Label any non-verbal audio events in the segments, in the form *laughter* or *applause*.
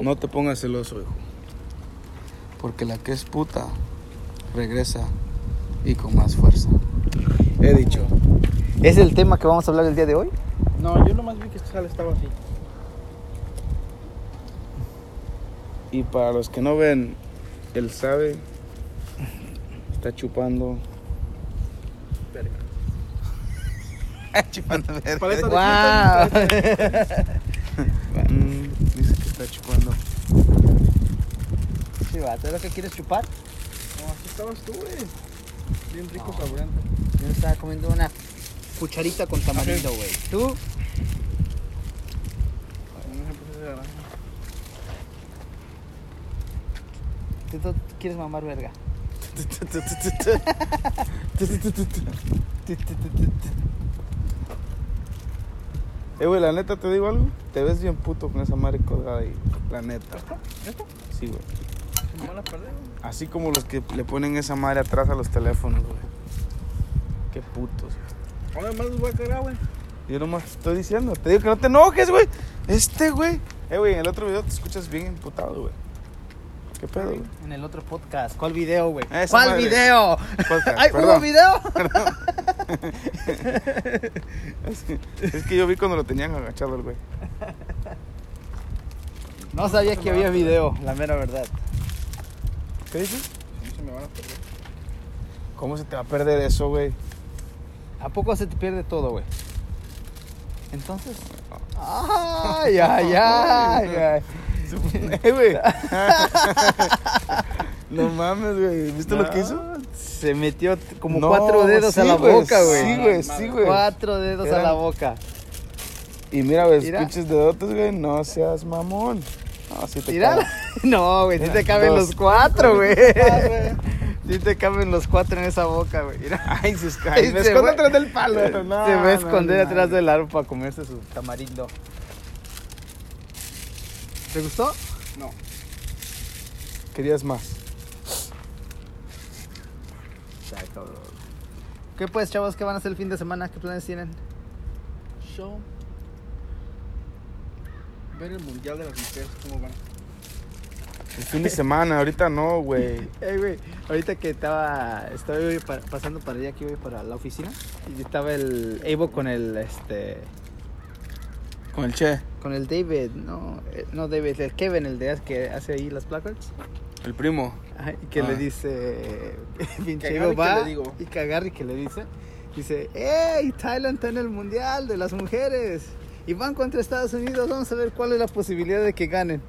No te pongas celoso, hijo. porque la que es puta regresa y con más fuerza. He dicho. ¿Es el tema que vamos a hablar el día de hoy? No, Ah, yo nomás vi que esta sala estaba así. Y para los que no ven, él sabe. Está chupando. *laughs* Chupando verga. Paleta de Mm, dice que está chupando. *laughs* Sí, vato, ¿es lo que quieres chupar? No, así estabas tú, güey. Bien rico No. saboreante. Yo me estaba comiendo una cucharita con tamarindo, güey. ¿Tú? No me puse de naranja. ¿Tú tú quieres mamar verga? Eh, güey, la neta, te digo algo. Te ves bien puto con esa madre colgada ahí. La neta. Sí, güey. No la perdí, güey. Así como los que le ponen esa madre atrás a los teléfonos, güey. Qué putos, güey. Ahora más los voy a cagar, güey. Yo nomás te estoy diciendo. Te digo que no te enojes, güey. Este, güey. Eh, güey, en el otro video te escuchas bien emputado, güey. ¿Qué pedo, güey? En el otro podcast. ¿Cuál video, güey? Esa ¿Cuál madre. video? *laughs* Podcast, ¿Ay, hubo perdón. video? Es que yo vi cuando lo tenían agachado el güey. No sabía que había video, la mera verdad. ¿Qué dices? No se me van a perder. ¿Cómo se te va a perder eso, güey? ¿A poco se te pierde todo, güey? Entonces. Ay, ay, ay, ay. *laughs* Eh, güey. no mames, güey. ¿Viste lo que hizo? Se metió t- como No, cuatro dedos sí, a la güey, boca, güey. Sí, güey, sí, güey. Cuatro dedos a Eran- la boca. Y mira, güey, Mira. pinches dedotes, güey. No seas mamón. No, sí te Mira. cabe. *laughs* No, güey, sí Mira, te caben dos. Ah, los cuatro, güey. Sí te caben los cuatro en esa boca, güey. Mira. *laughs* Ay, se esconde. Ahí Me se escondo fue. atrás del palo. Ah, No, se va a no, esconder no, atrás no. del árbol para comerse su tamarindo. ¿Te gustó? No. Querías más. ¿Qué pues, chavos? ¿Qué van a hacer el fin de semana? ¿Qué planes tienen? Show. Ver el mundial de las mujeres, cómo van. El fin de semana, ahorita no, güey. Ey, Eh, güey, ahorita que estaba, estaba yo pa- pasando para allá, que iba para la oficina, y estaba el Evo con el, este, Con el che, con el David, no, eh, no David, el Kevin, el de que hace ahí las placards, el primo. Ajá, y que Ah. le dice, *laughs* pinche Cagar y Evo que va, le digo. y cagar y que le dice, dice, hey, Thailand está en el Mundial de las Mujeres, y van contra Estados Unidos, vamos a ver cuál es la posibilidad de que ganen.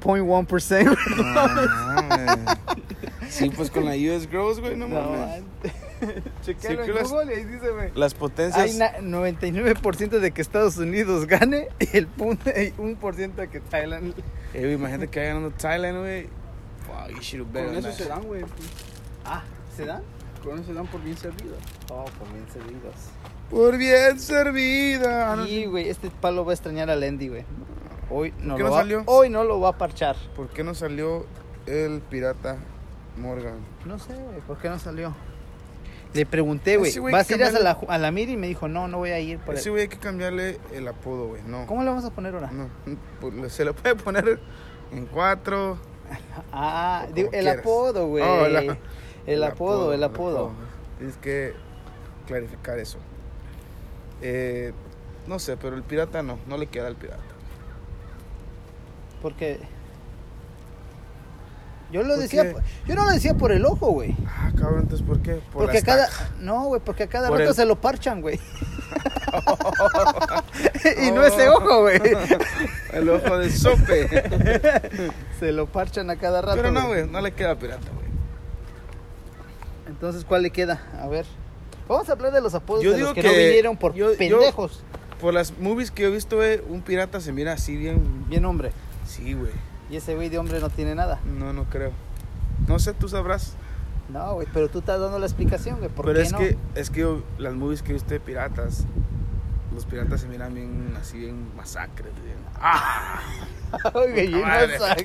0.1%. No mames. Ah. Sí, pues con la US Girls, güey, no, *laughs* No, mames. *laughs* chequealo Sí, que en las- Google y ahí dice, güey. Las potencias. Hay na- 99% de que Estados Unidos gane y el punto, y 1% de que Thailand. Eh, güey, imagínate que vaya ganando Thailand, güey. Wow, you should have bet Con on eso that. se dan, güey. pues. Ah, ¿se dan? Con eso se dan por bien servido. Oh, por bien servidos. Por bien servida. Ah, Y, güey, este palo va a extrañar al Andy, güey. Hoy no, qué lo no va, salió? hoy no lo va a parchar. no. ¿Por qué no salió el pirata Morgan? No sé, güey, ¿por qué no salió? Le pregunté, güey, Ese güey ¿vas a que ir a cambió- la, ju- a la mira? Y me dijo, no, no voy a ir por Ese el... güey hay que cambiarle el apodo, güey. No. ¿Cómo le vamos a poner ahora? No. pues, Se lo puede poner en cuatro. Ah, Como digo, el quieras. apodo, güey. Oh, la- el, apodo, el apodo. Tienes que clarificar eso. Eh, no sé, pero el pirata no. No le queda al pirata. Porque yo lo ¿Por decía, qué? po- yo no lo decía por el ojo, güey. Ah, cabrón, entonces, ¿por qué? Por Porque a las cada tacas. no, güey, porque a cada Por rato el- se lo *laughs* parchan, güey. *laughs* y no Oh. ese *laughs* ojo, güey. El ojo de *laughs* sope. Se lo parchan a cada rato. Pero no, güey, no le queda pirata, güey. Entonces, ¿cuál le queda? A ver. Vamos a hablar de los apodos Yo de digo los que, no que- vinieron por yo- yo- pendejos. Por las movies que yo he visto, güey, un pirata se mira así bien. Bien hombre. Sí, güey. Y ese güey de hombre no tiene nada. No, no creo. No sé, tú sabrás. No, güey, pero tú estás dando la explicación, güey, ¿por Pero qué es no? que es que yo- las movies que he visto de piratas, los piratas se miran bien así bien masacres. güey. ¡Ah! Ay, güey, bien Madre. *laughs* masacre.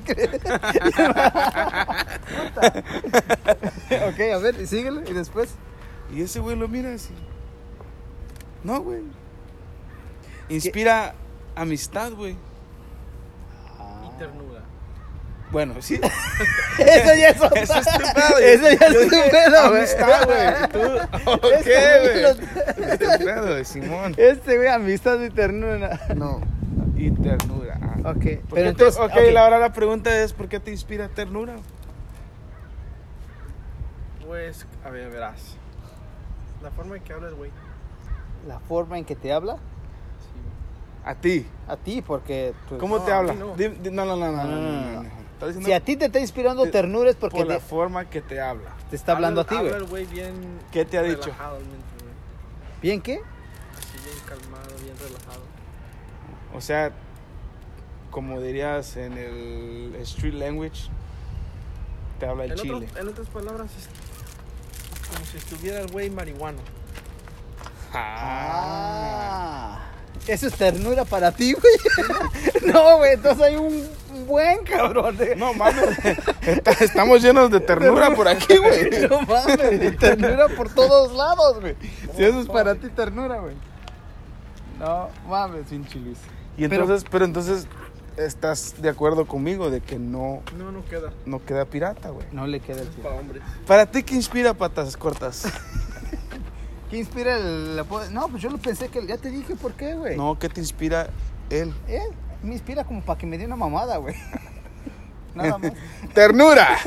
ok, a ver, y síguele y después. Y ese güey lo mira así. No, güey. Inspira amistad, güey. Ah, ternura. Bueno, *laughs* sí. Eso ya es otro. Eso es tu pedo. Eso ya es Yo tu dije, pedo, güey. Amistad, güey. *laughs* Tú. Eso Ok, es güey. los- Es tu pedo, güey, Simón. Este, güey, amistad y ternura. No. Y ternura. ah. Ok, ¿Por pero qué te- entonces. ok, ok. ahora la pregunta es: ¿por qué te inspira ternura? Pues, a ver, verás. La forma en que hablas, güey. La forma en que te habla, Sí, A ti. a ti, porque. pues, ¿Cómo no, te a habla? mí no. Dim- di- No, no, no, no, no, no, no, no. Estás diciendo Si a ti te está inspirando Te- ternura es porque por la te, forma que te habla. te está hablando a ti, Habla güey. el güey bien. ¿Qué te ha dicho? relajadamente, güey. ¿Bien qué? Así bien calmado, bien relajado. O sea, como dirías en el street language, te habla el En, chile. otros- en otras palabras, es como si estuviera el güey marihuano. Ah. Ah. Eso es ternura para ti, güey. *laughs* No, güey, entonces hay un buen cabrón. de- No, mames. *laughs* Está- estamos llenos de ternura por aquí, *laughs* güey. *laughs* No mames, ternura por todos lados, güey. Si eso es para ti ternura, güey. No mames, pinche Luis. Y entonces, pero, entonces estás de acuerdo conmigo de que no, No, no queda. no queda pirata, güey. No le queda el Es para hombres. Para ti, ¿qué inspira patas cortas? ¿Qué inspira el apodo? No, pues yo lo pensé que ya te dije por qué, güey. No, ¿qué te inspira él? Él me inspira como para que me dé una *laughs* mamada, güey. Nada más. ¡Ternura!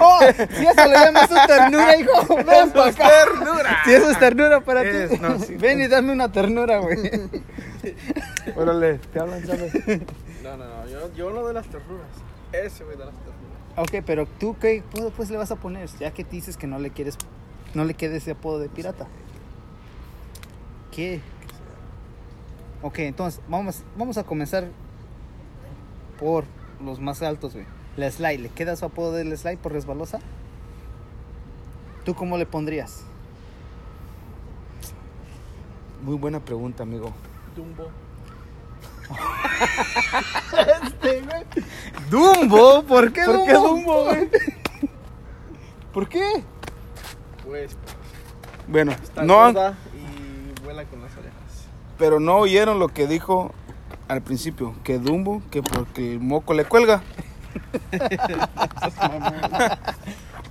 ¡Oh! Si eso le llamas tu ternura, hijo, ven para acá. ¡Ternura! Si eso es ternura para ti, Es, no, sí. ven y dame una ternura, güey. *laughs* Órale, te hablan, ¿sabes? No, no, no. Yo, yo no de las ternuras. Ese güey de las ternuras. Ok, pero tú, ¿qué apodo pues le vas a poner? Ya que dices que no le quieres, no le queda ese apodo de pirata. ¿Qué? Ok, entonces, vamos, vamos a comenzar por los más altos, güey. La slide, ¿le queda su apodo de la slide por resbalosa? ¿Tú cómo le *laughs* pondrías? Muy buena pregunta, amigo. Dumbo. Dumbo, ¿por qué ¿Por qué Dumbo, güey? ¿Por qué? Pues, Bueno, está no, gorda y vuela con las orejas. pero no oyeron lo que dijo al principio, que Dumbo, que porque el moco le cuelga.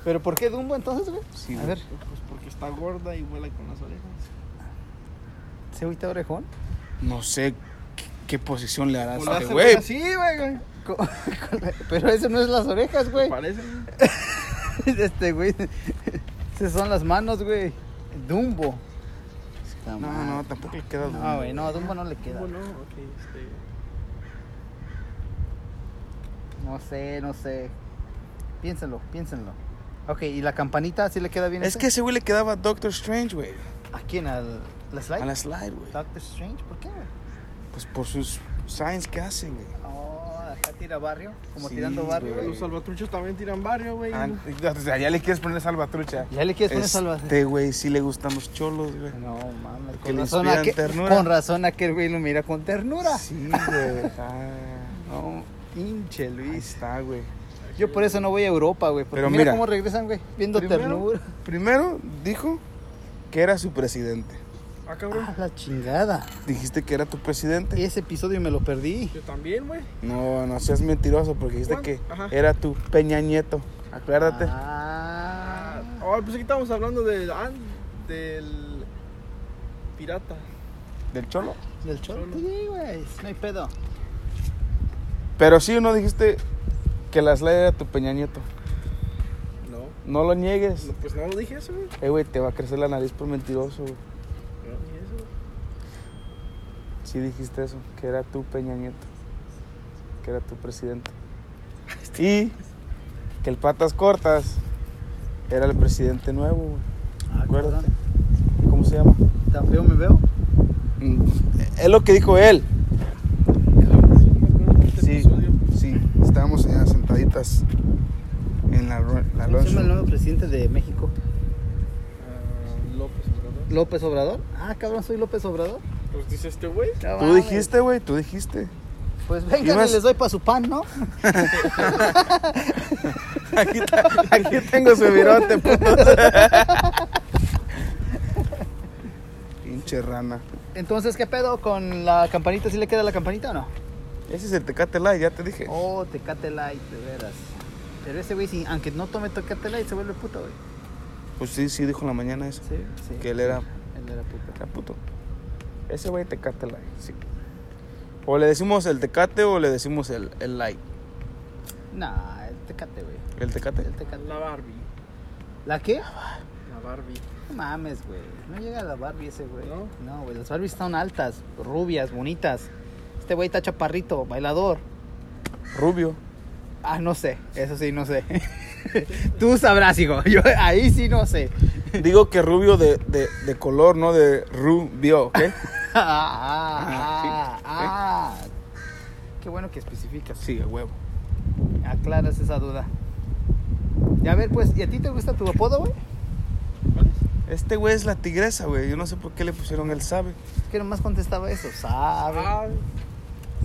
¿Pero por qué Dumbo entonces, güey? Sí, a güey. ver, Pues porque está gorda y vuela con las orejas. ¿se oíste orejón? No sé qué, qué posición le hará a O lo este hace güey. Así, güey, güey. Co- *laughs* con la- Pero eso no es las orejas, güey. Parece. *laughs* Este, güey. Esas son las manos, güey. Dumbo. No, no, tampoco le queda Dumbo. No, güey, no, a Dumbo no le queda. ¿Cómo no? Ok, este. No sé, no sé. Piénsenlo, piénsenlo. Ok, ¿y la campanita sí le queda bien? Es ese? que ese güey le quedaba a Doctor Strange, güey. ¿A quién? ¿Al la slide? A la slide, güey. Doctor Strange, ¿por qué, güey? Pues por sus signs que hace, güey. Oh, acá tira barrio, como Sí, tirando barrio, güey. güey. Los salvatruchos también tiran barrio, güey. Ah, Desde allá le quieres poner salvatrucha. Ya le quieres poner salvaje. Este güey sí le gustan los cholos, güey. No mames, Que con le razón, inspiran aquel, ternura. con razón aquel güey lo mira con ternura. Sí, güey. Ah, No, pinche ahí Luis. está, güey. Yo por eso no voy a Europa, güey. Pero Pero mira, mira. cómo regresan, güey. Viendo Primero, ternura. Primero dijo que era su presidente. Ah, cabrón. Ah, la chingada. Dijiste que era tu presidente. Ese episodio me lo perdí. Yo también, güey. No, no seas mentiroso porque dijiste ¿Cuál? que Ajá. era tu Peña Nieto. Acuérdate. Ah. Oh, pues aquí estamos hablando del. ah, del. Pirata. Del cholo. Del cholo. Cholo. Sí, güey. No hay pedo. Pero sí, no dijiste que la Slay era tu Peña Nieto. No. No lo niegues. no, Pues no lo dije eso, güey. Eh, güey, te va a crecer la nariz por mentiroso. güey. No dije eso. güey. Sí dijiste eso, que era tu Peña Nieto. Que era tu presidente. Y que el Patas Cortas era el presidente nuevo, güey. Ah, Acuérdate. cabrón. ¿Cómo se llama? ¿Tan feo me veo? Mm, Es lo que dijo él. Sí, me acuerdo de este Sí, episodio. sí, estábamos allá sentaditas en la, ru- la ¿Cómo se lunch llama el room. nuevo presidente de México? Ah, López Obrador. ¿López Obrador? Ah, cabrón, soy López Obrador. Pues dice este güey. No Tú mames. dijiste, güey, tú dijiste. *laughs* Pues vengan Ibas- y les doy para su pan, ¿no? Aquí, ta- aquí tengo su pues. virote, putos. Pinche rana. Entonces, ¿qué pedo con la campanita? ¿Sí le queda la campanita o no? Ese es el Tecate Light, ya te dije. Oh, Tecate Light, de veras. Pero ese güey, sí, aunque no tome Tecate Light, se vuelve puto, güey. Pues sí, sí, dijo en la mañana eso. Sí, sí. Que él era, Él era puto. era puto. Ese güey Tecate Light, sí. O le decimos el Tecate o le decimos el, el Light. Nah, el Tecate, güey. El Tecate. El Tecate. La Barbie. ¿La qué? La Barbie. No mames, güey. No llega la Barbie ese, güey. ¿No? No, güey. Las Barbies están altas, rubias, bonitas. Este güey está chaparrito, bailador. *laughs* Rubio. Ah, no sé. Eso sí, no sé. *laughs* Tú sabrás, hijo. Yo ahí sí no sé. *laughs* Digo que rubio de, de, de color, no de rubio, ¿ok? Ah, ah, ah. Qué bueno que especificas. Sí, a huevo. Aclaras esa duda. Y a ver, pues, ¿y a ti te gusta tu apodo, güey? ¿Cuál es? Este güey es la tigresa, güey. Yo no sé por qué le pusieron el sabe. Es que nomás contestaba eso. Ah, Sabe. sabe.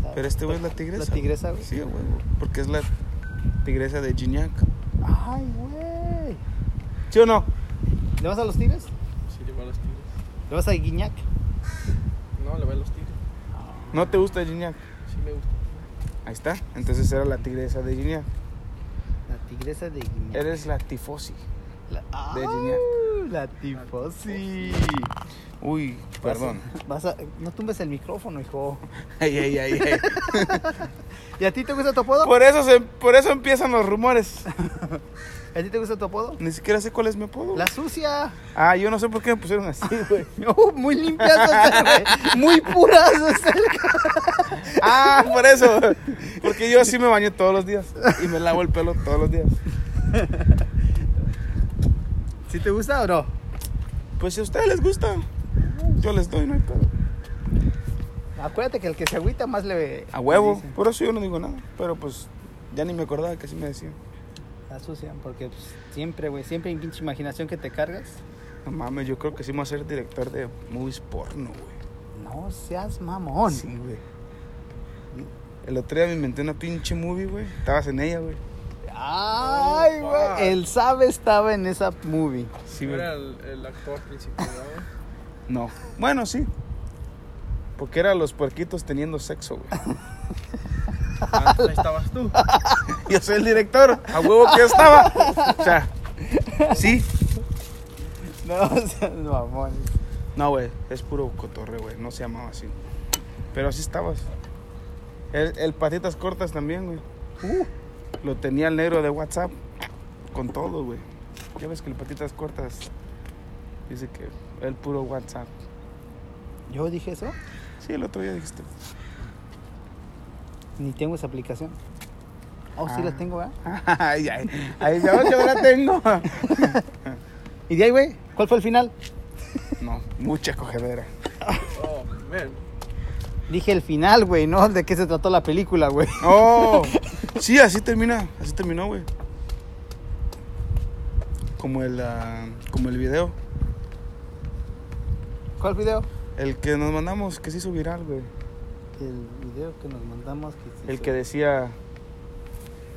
Ah, Pero este güey es la tigresa. La tigresa, güey. Sí, a huevo. Porque es la tigresa de Gignac. Ay, güey. ¿Sí o no? ¿Le vas a los tigres? Sí, le va a los tigres. ¿Le vas a Guiñac? No, le va a los tigres. ¿No te gusta Gignac? Sí me gusta. Ahí está. Entonces era la tigresa de Gignac. La tigresa de Guiñac. Eres la tifosi. la... de ¡Au! Guiñac. La tifosi. Uy, perdón. Vas a... No tumbes el micrófono, hijo. Ay, ay, ay, ay. ¿Y a ti te gusta tu *laughs* apodo? Por eso, se- por eso empiezan los rumores. ¿A ti te gusta tu apodo? Ni siquiera sé cuál es mi apodo. La sucia. *laughs* Ah, yo no sé por qué me pusieron así, güey. No, muy limpias, güey. eh. Muy puras, Ah, por eso. Porque yo sí me baño todos los días. Y me lavo el pelo todos los días. ¿Si te gusta o no? Pues si a ustedes les gusta, yo les doy, no hay pedo. Acuérdate que el que se agüita más le... A huevo. le dicen. Por eso yo no digo nada. Pero pues ya ni me acordaba que así me decían. La sucia, porque pues, siempre, güey, siempre hay pinche imaginación que te cargas. No mames, yo creo que sí me voy a ser director de movies porno, güey. No seas mamón. Sí, güey. El otro día me inventé una pinche movie, güey. Estabas en ella, güey. Ay, Oh, güey. fuck. el sabe estaba en esa movie. Sí, güey. Era el, el actor *laughs* principal, ¿verdad? No. Bueno, sí. Porque eran los puerquitos teniendo sexo, güey. Ah, ahí estabas tú. *laughs* Yo soy el director. A huevo que estaba. O sea, sí. No *laughs* seas mamón. No, güey, es puro cotorre, güey. No se llamaba así. Pero así estabas. El, el patitas cortas también, güey. Uh, Lo tenía el negro de WhatsApp. Con todo, güey. Ya ves que el patitas cortas dice que el puro WhatsApp. Yo dije eso. Sí, el otro día dijiste. *laughs* Ni tengo esa aplicación. Oh, sí Ah. la tengo, ¿verdad? ay, ay, ay, ya ves, yo la tengo. *laughs* Y de ahí, güey, ¿cuál fue el final? No, mucha cogedera. Oh, man. Dije el final, güey, ¿no? ¿De qué se trató la película, güey? *laughs* Oh, sí, así termina, así terminó, güey. Como el, ah, como el video. ¿Cuál video? El que nos mandamos, que se hizo viral, güey. El video que nos mandamos. Que se El hizo- que decía.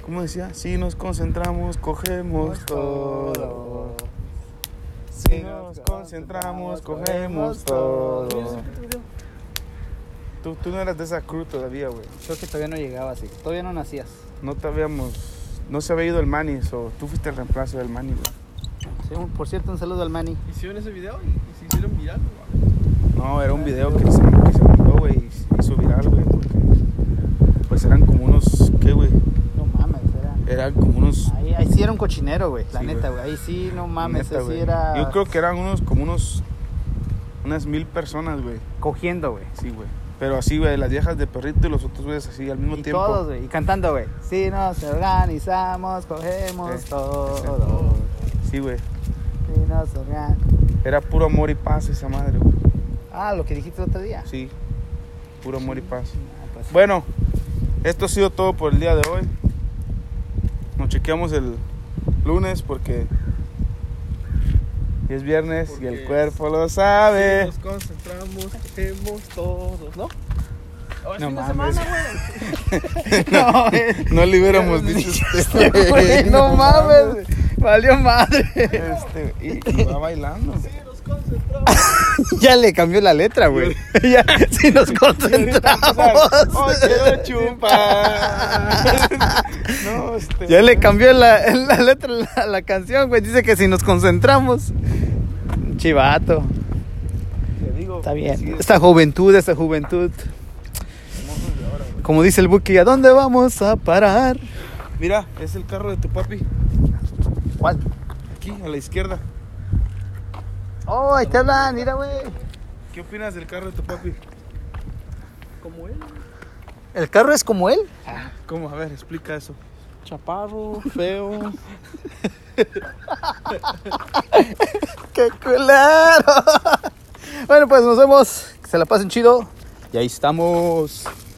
¿Cómo decía? Si nos concentramos, cogemos todo. Si nos concentramos, cogemos todo. Tú, tú no eras de esa crew todavía, güey. Creo que todavía no llegabas, sí. Todavía no nacías. No te habíamos. No se había ido el Manny, o tú fuiste el reemplazo del Manny, güey. Sí, un- por cierto, un saludo al Manny. Hicieron ese video y, y se hicieron viral. güey. No, era un video que se, que se mandó, güey, y se hizo viral, güey. porque, Pues eran como unos. ¿Qué, güey? No mames, era. Eran como unos. Ahí, ahí sí era un cochinero, güey. La Sí, neta, güey. güey. Ahí sí, no mames. neta, así güey. era. Yo creo que eran unos. Como unos. Unas mil personas, güey. Cogiendo, güey. Sí, güey. Pero así, güey, las viejas de perrito y los otros güeyes así al mismo Y tiempo. todos, güey. Y cantando, güey. Si nos organizamos, cogemos Sí, todo. Sí, güey. Si nos organizamos. Era puro amor y paz esa madre, güey. Ah, lo que dijiste el otro día. Sí. Puro amor y paz. Ah, pues, Bueno, esto ha sido todo por el día de hoy. Nos chequeamos el lunes porque y es viernes y el Porque- cuerpo lo Si sabe. nos concentramos, cogemos todos, ¿no? Ahora No no, fin de mames. semana, güey. *laughs* no, güey. No le hubiéramos dicho *laughs* este. Güey, güey, *laughs* *laughs* no mames, güey. valió madre. Este, y, y va bailando. Si nos concentramos, *laughs* ya le cambió la letra, güey. *laughs* ya, si nos concentramos. Oh, quiero *laughs* chupar. no, este. Ya le cambió la, la letra a la, la canción, güey. Dice que si nos concentramos. Chivato. Te digo. Está sí, bien. Esta juventud, esta juventud. Como dice el Buki, ¿a dónde vamos a parar? Mira, es el carro de tu papi. ¿Cuál? Aquí, a la izquierda. Oh, ahí te hablan, mira, güey. ¿Qué opinas del carro de tu papi? Como él. ¿El carro es como él? ¿Cómo? A ver, explica eso. Chaparro, feo. *laughs* ¡Qué culero! bueno, pues nos vemos. Que se la pasen chido. Y ahí estamos.